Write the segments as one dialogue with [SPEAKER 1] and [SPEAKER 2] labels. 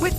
[SPEAKER 1] With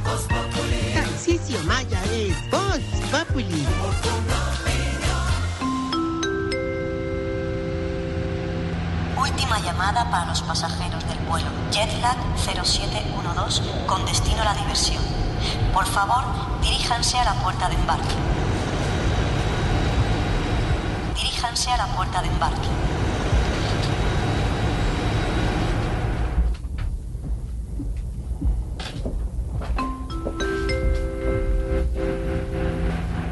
[SPEAKER 2] Tarcisio Maya es Vox Populi.
[SPEAKER 3] Última llamada para los pasajeros del vuelo Jetlag 0712 con destino a la diversión. Por favor, diríjanse a la puerta de embarque. Diríjanse a la puerta de embarque.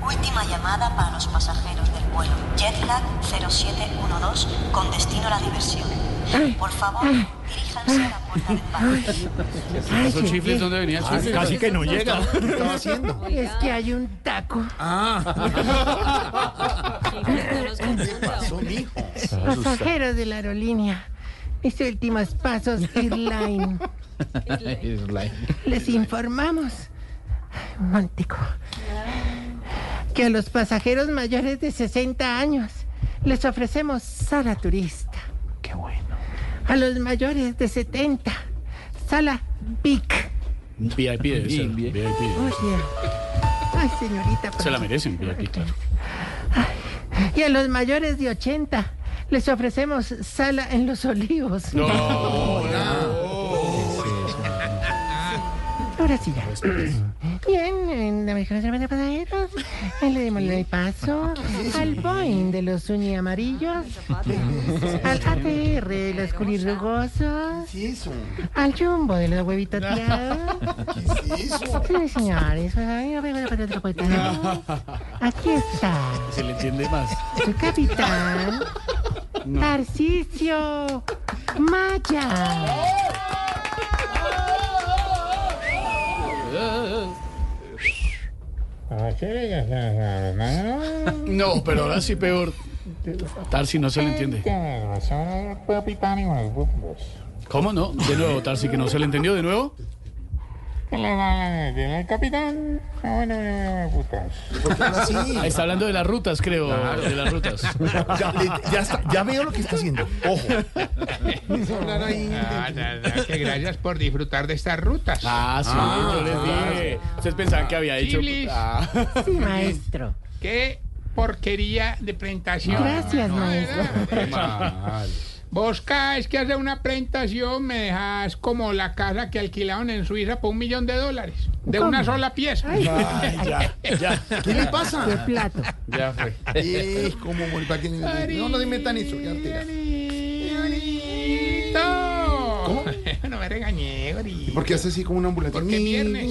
[SPEAKER 3] Última llamada para los pasajeros del vuelo Jetlag 0712 con destino a la diversión. Por favor, diríjanse a la puerta de embarque.
[SPEAKER 4] Pasó Chiflis, ¿dónde venía Chiflis? Casi que no llega.
[SPEAKER 5] Es que hay un taco.
[SPEAKER 4] Ah.
[SPEAKER 5] Pasajeros de la aerolínea. Mis últimos pasos, Airline. Les informamos, Mántico, que a los pasajeros mayores de 60 años les ofrecemos sala turista. Qué bueno. A los mayores de 70, sala VIC.
[SPEAKER 4] VIP debe ser. VIP.
[SPEAKER 5] Oye, ay, señorita. por
[SPEAKER 4] Se la merecen, VIP, claro.
[SPEAKER 5] Y a los mayores de 80 les ofrecemos sala en los olivos. Ahora sí ya. Bien, en la mejor reserva de pasajeros, eh, le demos el paso al Boeing de los uñiamarillos, al ATR de los culirrugosos, al Jumbo de los huevitos tirados. Sí, señores, aquí está
[SPEAKER 4] Se le entiende más.
[SPEAKER 5] su capitán, Tarcicio Maya.
[SPEAKER 4] No, pero ahora sí peor. Tarsi no se le entiende. ¿Cómo no? De nuevo, Tarsi, que no se le entendió de nuevo.
[SPEAKER 2] capitán.
[SPEAKER 4] Ah, Está hablando de las rutas, creo. De las rutas.
[SPEAKER 6] Ya, le- ya está, ya veo lo que está haciendo. Ojo.
[SPEAKER 2] Ah, que gracias por disfrutar de estas rutas.
[SPEAKER 4] Ah, sí, yo les dije. Ustedes pensaban que había hecho.
[SPEAKER 2] Chiflis.
[SPEAKER 4] Ah,
[SPEAKER 5] Sí, maestro.
[SPEAKER 2] Qué porquería de presentación.
[SPEAKER 5] Gracias, maestro.
[SPEAKER 2] Vos cada vez que haces una presentación me dejas como la casa que alquilaron en Suiza por un millón de dólares. De una sola pieza.
[SPEAKER 6] ¿Qué le pasa?
[SPEAKER 5] Qué plato.
[SPEAKER 4] ya fue.
[SPEAKER 6] Eh, como vuelve aquí en el- No, no inventan eso. Ya tira.
[SPEAKER 2] Señorito. no me regañé, Ori.
[SPEAKER 6] Porque hace así como un ambulante.
[SPEAKER 2] Porque es viernes.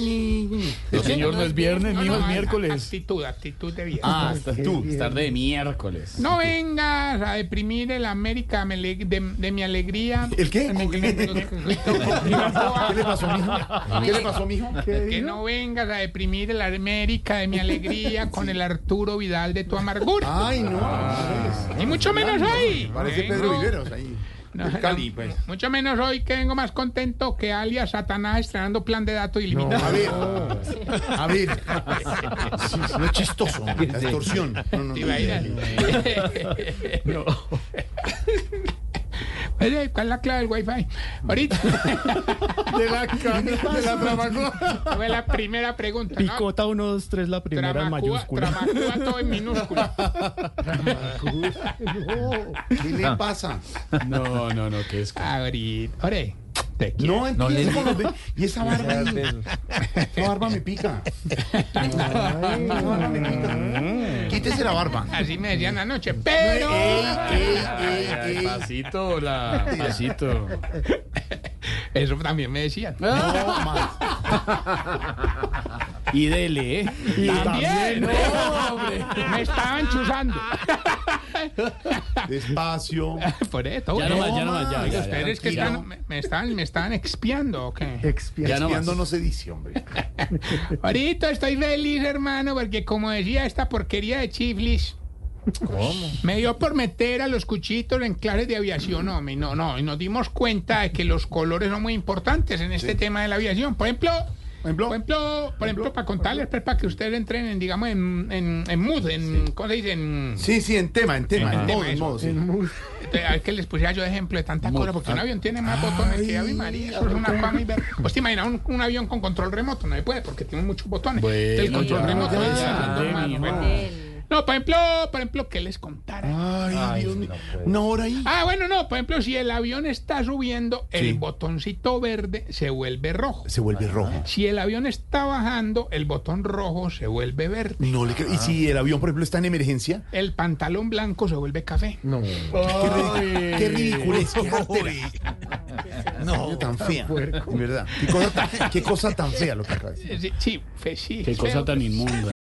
[SPEAKER 4] El señor no es viernes,
[SPEAKER 2] No,
[SPEAKER 4] ni
[SPEAKER 2] no,
[SPEAKER 4] es
[SPEAKER 2] a-
[SPEAKER 4] miércoles.
[SPEAKER 2] Actitud, actitud de viernes.
[SPEAKER 4] Ah, estás tú. Es tarde de miércoles.
[SPEAKER 2] No vengas a deprimir el América me ale- de, de mi alegría.
[SPEAKER 6] ¿El qué? ¿Qué le pasó, mijo? ¿Qué le pasó, mijo?
[SPEAKER 2] Que no vengas a deprimir el América de mi alegría con el Arturo Vidal de tu amargura. Ah.
[SPEAKER 6] Ay, no.
[SPEAKER 2] y mucho menos hoy.
[SPEAKER 6] Parece
[SPEAKER 2] Vengo-
[SPEAKER 6] Pedro Viveros ahí.
[SPEAKER 2] No,
[SPEAKER 6] El Cali, pues.
[SPEAKER 2] Mucho menos hoy que vengo más contento que alias Satanás estrenando plan de datos
[SPEAKER 6] No,
[SPEAKER 2] ilimitado.
[SPEAKER 6] a ver, a ver, Sí, sí, no es chistoso, la extorsión. No, no,
[SPEAKER 2] Te
[SPEAKER 6] no.
[SPEAKER 2] imaginas.
[SPEAKER 4] No.
[SPEAKER 2] Oye, ¿cuál es la clave del wifi? Ahorita.
[SPEAKER 6] De la ca- de la trabajó.
[SPEAKER 2] Fue la primera pregunta. ¿no?
[SPEAKER 7] Picota 1, 2, 3, la primera en
[SPEAKER 2] Tramacúa-
[SPEAKER 7] mayúscula.
[SPEAKER 2] Tramacúa todo en minúscula.
[SPEAKER 6] No, ¿Qué le pasa?
[SPEAKER 4] No, no, no, que es.
[SPEAKER 2] Ahorita. Ore, te quiero.
[SPEAKER 6] No, empieza con los de- Y esa barba ahí. Esa barba me pica. Ay, esa barba me pica. Quítese la barba.
[SPEAKER 2] Así me decían anoche, pero
[SPEAKER 4] Ay, ay, pasito, la. Pasito.
[SPEAKER 2] eso también me decían.
[SPEAKER 6] No, más.
[SPEAKER 4] Y dele, ¿eh?
[SPEAKER 2] También,
[SPEAKER 4] No, hombre.
[SPEAKER 2] me estaban chuzando.
[SPEAKER 8] Despacio.
[SPEAKER 2] Por eso.
[SPEAKER 6] Ya no más, ya no más, ya, ya, ya,
[SPEAKER 2] Ustedes que
[SPEAKER 6] tranquilo.
[SPEAKER 2] están, me, me están, me están expiando, ¿o qué?
[SPEAKER 9] Expiar.
[SPEAKER 6] Ya no más.
[SPEAKER 8] Espiando no se dice, hombre.
[SPEAKER 2] Ahorita estoy feliz, hermano, porque como decía esta porquería de chiflis. ¿Cómo? Me dio por meter a los cuchitos en clases de aviación, hombre. No, no, y nos dimos cuenta de que los colores son muy importantes en este tema de la aviación. Por ejemplo, por ejemplo, por ejemplo, para contarles, pues, para que ustedes entren en, digamos, en, en, en mood, en, ¿cómo se dice? En,
[SPEAKER 8] Sí, sí, en tema, en tema,
[SPEAKER 2] En
[SPEAKER 8] en,
[SPEAKER 2] tema,
[SPEAKER 8] modo, en
[SPEAKER 2] eso.
[SPEAKER 8] modo, sí.
[SPEAKER 2] Te- a ver que les pusiera yo de ejemplo de tantas cosas, porque un avión tiene más botones que Ave María. Eso es una fama y ver- Pues te imaginas un, un avión con control remoto, no se puede, porque tiene muchos botones. Entonces, el control
[SPEAKER 6] ya,
[SPEAKER 2] remoto
[SPEAKER 6] ya,
[SPEAKER 2] es-
[SPEAKER 6] ya,
[SPEAKER 2] normal,
[SPEAKER 6] Demi,
[SPEAKER 2] bueno. No, por ejemplo, por ejemplo, que les contara.
[SPEAKER 8] Ay, Dios mío. Una hora ahí.
[SPEAKER 2] Ah, bueno, no, por ejemplo, si el avión está subiendo, el botoncito verde se vuelve rojo.
[SPEAKER 8] Se vuelve rojo.
[SPEAKER 2] Si el avión está bajando, el botón rojo se vuelve verde.
[SPEAKER 8] No le creo. ¿Y si el avión, por ejemplo, está en emergencia?
[SPEAKER 2] El pantalón blanco se vuelve café.
[SPEAKER 9] No.
[SPEAKER 8] Qué, ri- qué ridiculez, qué jartera. No, tan fea. De verdad. Qué cosa tan, qué cosa tan fea lo que acabas de decir.
[SPEAKER 2] Sí, sí, fe- sí,
[SPEAKER 6] Qué
[SPEAKER 2] feo.
[SPEAKER 6] cosa tan inmunda.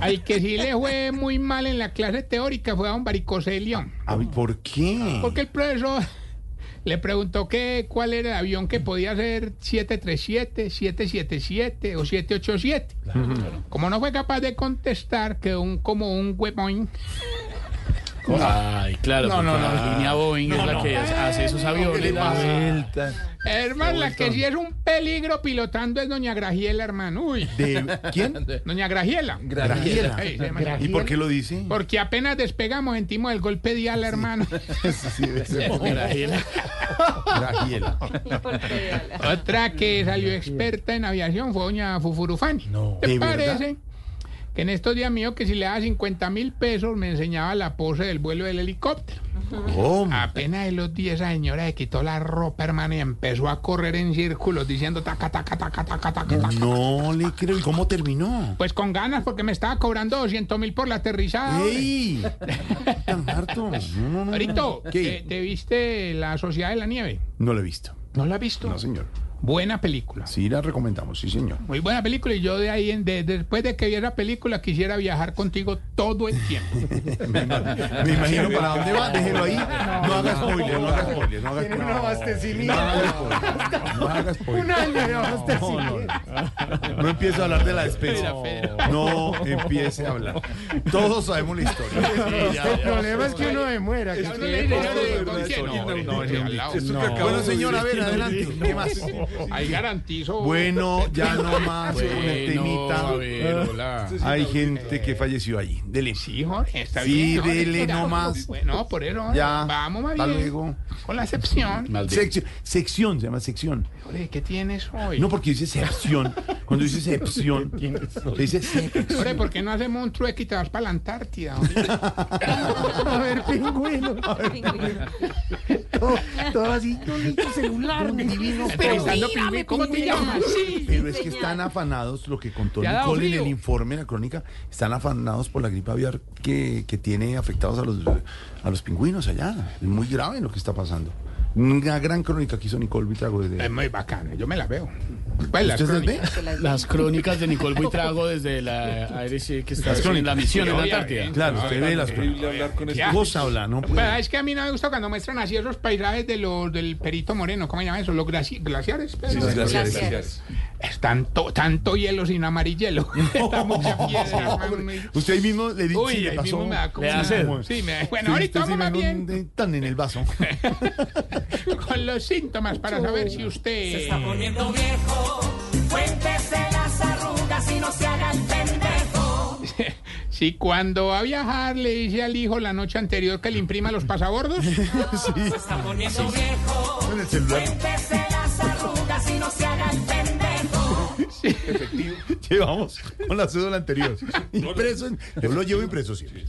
[SPEAKER 2] Al que sí le fue muy mal en la clase teórica fue a don Baricose de León.
[SPEAKER 8] Ay, Ah. ¿Por qué?
[SPEAKER 2] Porque el profesor le preguntó que cuál era el avión que podía ser 737, 777 o 787. Como no fue capaz de contestar, quedó un, como un huevón.
[SPEAKER 6] Ay, claro.
[SPEAKER 8] No,
[SPEAKER 6] porque
[SPEAKER 8] no, no.
[SPEAKER 6] La línea Boeing es la que hace esos aviones. la-
[SPEAKER 2] Hermano, la que sí es un peligro pilotando es doña Graciela, hermano. Uy,
[SPEAKER 8] ¿De quién?
[SPEAKER 2] doña Graciela.
[SPEAKER 8] Graciela.
[SPEAKER 2] Ay, se llama
[SPEAKER 8] ¿Y por qué lo dice?
[SPEAKER 2] Porque apenas despegamos sentimos el golpe de ala, hermano.
[SPEAKER 8] Sí, debe ser por
[SPEAKER 6] Graciela.
[SPEAKER 8] Graciela.
[SPEAKER 2] Otra que salió experta en aviación fue doña Fufurufani.
[SPEAKER 8] No.
[SPEAKER 2] ¿Te
[SPEAKER 8] ¿De
[SPEAKER 2] parece?
[SPEAKER 8] verdad?
[SPEAKER 2] Que en estos días mío que si le daba 50 mil pesos me enseñaba la pose del vuelo del helicóptero.
[SPEAKER 8] ¿Cómo?
[SPEAKER 2] Apenas de los 10 esa señora se quitó la ropa, hermano, y empezó a correr en círculos diciendo taca, taca, taca, taca, taca, taca.
[SPEAKER 8] No le creo. ¿Y cómo terminó?
[SPEAKER 2] Pues con ganas porque me estaba cobrando 200 mil por la aterrizada.
[SPEAKER 8] ¡Ey! Tan harto. No, no, no, no.
[SPEAKER 2] Ahorito,
[SPEAKER 8] ¿Qué?
[SPEAKER 2] eh, ¿te, te viste La Sociedad de la Nieve?
[SPEAKER 8] No lo he visto.
[SPEAKER 2] ¿No la has visto?
[SPEAKER 8] No, señor.
[SPEAKER 2] Buena película.
[SPEAKER 8] Sí, la recomendamos, sí, señor.
[SPEAKER 2] Muy buena película y yo de ahí, en- de- después de que viera la película, quisiera viajar contigo todo el tiempo.
[SPEAKER 8] Me imagino para dónde va, déjelo ahí. No hagas spoiler, no hagas spoiler, no hagas spoiler. No hagas spoiler. No hagas spoiler. No, no, no. No empiece a hablar de la despensa.
[SPEAKER 2] Pedro.
[SPEAKER 8] No empiece a hablar. Todos sabemos la historia.
[SPEAKER 9] El problema es que uno se muera. que
[SPEAKER 2] Yo no
[SPEAKER 9] usted-
[SPEAKER 2] le- yo no le- ¿con quién?
[SPEAKER 8] No,
[SPEAKER 2] No,
[SPEAKER 8] hombre,
[SPEAKER 2] no, sí, al lado.
[SPEAKER 8] Bueno, señor, a ver, adelante. ¿Qué más?
[SPEAKER 2] Ahí garantizo.
[SPEAKER 8] Bueno, ya no más con el
[SPEAKER 6] Bueno, a
[SPEAKER 8] temita.
[SPEAKER 6] ver, hola.
[SPEAKER 8] Hay gente que falleció allí. Dele.
[SPEAKER 2] Sí, Jorge, está
[SPEAKER 8] Sí,
[SPEAKER 2] bien.
[SPEAKER 8] dele
[SPEAKER 2] Jorge,
[SPEAKER 8] no más.
[SPEAKER 2] Bueno, por eso. Jorge,
[SPEAKER 8] Ya.
[SPEAKER 2] Vamos, más
[SPEAKER 8] Hasta
[SPEAKER 2] bien.
[SPEAKER 8] luego.
[SPEAKER 2] Con la excepción.
[SPEAKER 6] Maldito.
[SPEAKER 8] Sección, sección, se llama sección.
[SPEAKER 2] Jorge, ¿qué tienes hoy?
[SPEAKER 8] No porque dice sección. Cuando dice sección, dice sección.
[SPEAKER 2] Jorge, ¿por qué no hacemos un trueque y te vas para la Antártida? hombre?
[SPEAKER 9] A ver, pingüino. Todo, todo así, con
[SPEAKER 10] este
[SPEAKER 9] mi celular, mi divino.
[SPEAKER 2] Entrevistando pingüino. ¿Cómo te llamas? Sí.
[SPEAKER 8] Pero es que están afanados, lo que contó
[SPEAKER 2] ¿Te ha dado
[SPEAKER 8] Nicole en
[SPEAKER 2] frío?
[SPEAKER 8] el informe, en la crónica, están afanados por la gripe aviar que, que tiene afectados a los, a los pingüinos allá. Es muy grave lo que está pasando. Una gran crónica que hizo Nicole Vitrago
[SPEAKER 2] Es
[SPEAKER 8] desde...
[SPEAKER 2] muy bacana, yo me la veo. Pues la
[SPEAKER 8] ¿Usted las
[SPEAKER 2] crónica.
[SPEAKER 8] ve?
[SPEAKER 6] Las crónicas de Nicole Buitrago desde la ARC que está en la misión en la Antártida.
[SPEAKER 8] Claro, usted ve las
[SPEAKER 6] este
[SPEAKER 2] Ya.
[SPEAKER 8] Cosa habla, ¿no? puede.
[SPEAKER 2] Pues, es que a mí no me gusta cuando muestran así esos paisajes de los del Perito Moreno, ¿cómo se llama eso? Los glaci- glaciares. Pedro?
[SPEAKER 8] Las glaciares.
[SPEAKER 2] Es tanto, tanto hielo sin amarillelo. Está mucha piedra, hermano.
[SPEAKER 8] Usted ahí mismo le dice
[SPEAKER 2] Uy,
[SPEAKER 8] si le
[SPEAKER 2] ahí
[SPEAKER 8] pasó.
[SPEAKER 2] mismo me da como
[SPEAKER 6] ¿Le
[SPEAKER 2] una-
[SPEAKER 6] hace?
[SPEAKER 2] Sí, me da- Bueno,
[SPEAKER 8] Sí, usted
[SPEAKER 2] ahorita
[SPEAKER 8] sí
[SPEAKER 2] vamos
[SPEAKER 8] me
[SPEAKER 2] más
[SPEAKER 8] lo-
[SPEAKER 2] bien
[SPEAKER 8] Tan en el vaso.
[SPEAKER 2] con los síntomas para saber si usted... Si cuando va a viajar le dice al hijo la noche anterior que le imprima los pasabordos.
[SPEAKER 8] Con el celular.
[SPEAKER 6] efectivo. Llevamos con la cédula anterior. Impreso. en- Yo lo llevo impreso siempre.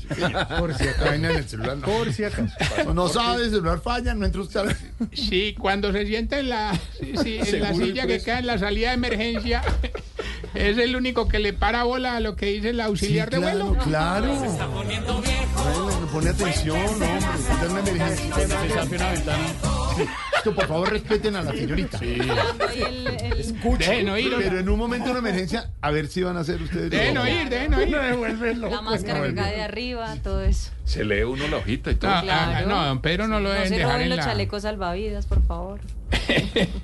[SPEAKER 6] Por si acaso. en el celular. No. Por si acaso. No sabe, el celular falla, no entra usted a la-
[SPEAKER 2] Sí, cuando se sienta en la, sí, sí, en la
[SPEAKER 6] Seguro y
[SPEAKER 2] silla que
[SPEAKER 6] preso.
[SPEAKER 2] queda en la salida de emergencia, es el único que le para bola a lo que dice el auxiliar de
[SPEAKER 6] claro,
[SPEAKER 2] vuelo.
[SPEAKER 6] Claro. Bueno, Pone atención, hombre. Está en una emergencia.
[SPEAKER 11] Se saque una ventana.
[SPEAKER 6] Esto, por favor, respeten a la señorita.
[SPEAKER 2] Dejen oír,
[SPEAKER 6] Pero en un momento de una emergencia, a ver si van a hacer ustedes.
[SPEAKER 2] dejen oír, dejen oír.
[SPEAKER 9] La máscara que cae de arriba, todo eso.
[SPEAKER 12] Se lee uno la hojita y todo.
[SPEAKER 2] No, ah, no, don Pedro no lo
[SPEAKER 9] No
[SPEAKER 2] deben
[SPEAKER 9] se
[SPEAKER 2] dejar
[SPEAKER 9] roben
[SPEAKER 2] en
[SPEAKER 9] los
[SPEAKER 2] la...
[SPEAKER 9] chalecos salvavidas, por favor.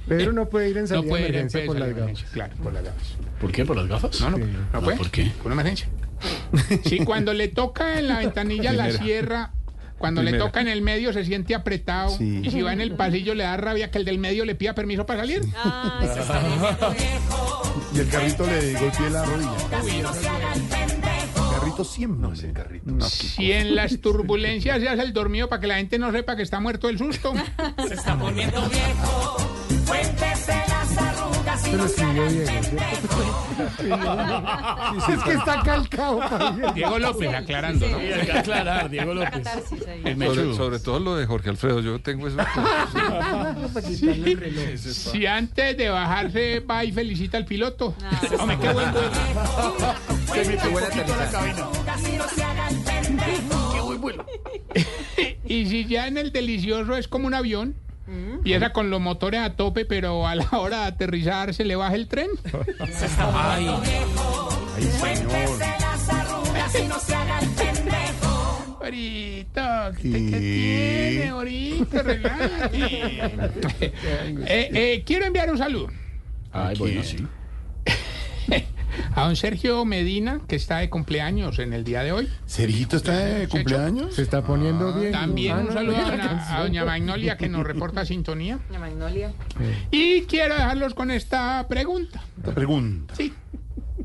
[SPEAKER 10] Pedro no puede ir en salida de emergencia por las
[SPEAKER 2] la
[SPEAKER 10] gafas.
[SPEAKER 2] Claro, por las gafas.
[SPEAKER 11] ¿Por qué? ¿Por las gafas? Ah,
[SPEAKER 2] No, no, no puede.
[SPEAKER 11] ¿Por qué?
[SPEAKER 2] Con una emergencia. Sí, cuando le toca en la ventanilla la
[SPEAKER 11] Primera.
[SPEAKER 2] sierra, cuando le
[SPEAKER 11] Primera.
[SPEAKER 2] toca en el medio se siente apretado.
[SPEAKER 11] Sí.
[SPEAKER 2] Y si va en el pasillo le da rabia que el del medio le pida permiso para salir.
[SPEAKER 6] Y el carrito le golpeé la rodilla. El carrito siempre. No, es el carrito.
[SPEAKER 2] Si en las turbulencias se hace el dormido para que la gente no sepa que está muerto del susto.
[SPEAKER 13] Se está poniendo viejo. Cuéntese las arrugas y
[SPEAKER 10] Se lo
[SPEAKER 13] los
[SPEAKER 10] escribió Diego, ¿cierto? Es que está calcado. Javier.
[SPEAKER 2] Diego López aclarando, ¿no?
[SPEAKER 11] Hay que aclarar, Diego López. El
[SPEAKER 12] Sobre,
[SPEAKER 11] mechudo.
[SPEAKER 12] sobre todo lo de Jorge Alfredo, yo tengo eso.
[SPEAKER 2] Si antes de bajarse va y felicita al piloto.
[SPEAKER 11] Ah,
[SPEAKER 13] Oh,
[SPEAKER 2] Hombre, qué buen vuelo.
[SPEAKER 13] arrugas y no se haga el pendejo. Qué buen vuelo.
[SPEAKER 2] Y si ya en el delicioso es como un avión,
[SPEAKER 13] Mm.
[SPEAKER 2] empieza con los motores a tope, pero a la hora de aterrizar se le baja el tren.
[SPEAKER 13] Se está poniendo viejo. Cuéntese las arrugas y no se haga el pendejo.
[SPEAKER 2] Ahorita, ¿qué, te- qué tiene? Ahorita, relájate. Eh, eh, quiero enviar un saludo
[SPEAKER 11] Ay, bueno, sí.
[SPEAKER 2] a don Sergio Medina, que está de cumpleaños en el día de hoy.
[SPEAKER 6] Sergito está de cumpleaños. Se está poniendo bien.
[SPEAKER 2] También un saludo a, doña- a doña Magnolia, que nos reporta sintonía. Y quiero dejarlos con esta pregunta.
[SPEAKER 6] Pregunta.
[SPEAKER 2] Sí.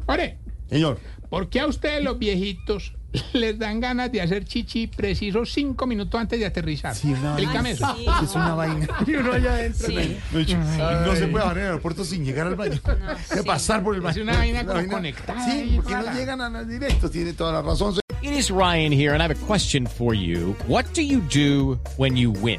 [SPEAKER 2] Ore,
[SPEAKER 6] Señor.
[SPEAKER 2] ¿por qué a ustedes los viejitos les dan ganas de hacer chichi preciso cinco minutos antes de aterrizar? Explícame eso.
[SPEAKER 6] Es una vaina.
[SPEAKER 10] Y uno allá adentro.
[SPEAKER 9] Sí.
[SPEAKER 6] No se puede bajar en el aeropuerto sin llegar al baño. Hay que pasar por el baño.
[SPEAKER 2] una vaina como conectada
[SPEAKER 6] Sí,
[SPEAKER 2] ahí,
[SPEAKER 6] porque no
[SPEAKER 2] rara.
[SPEAKER 6] llegan a los directos. Tiene toda la razón.
[SPEAKER 5] It is Ryan here, and I have a question for you. What do you do when you win?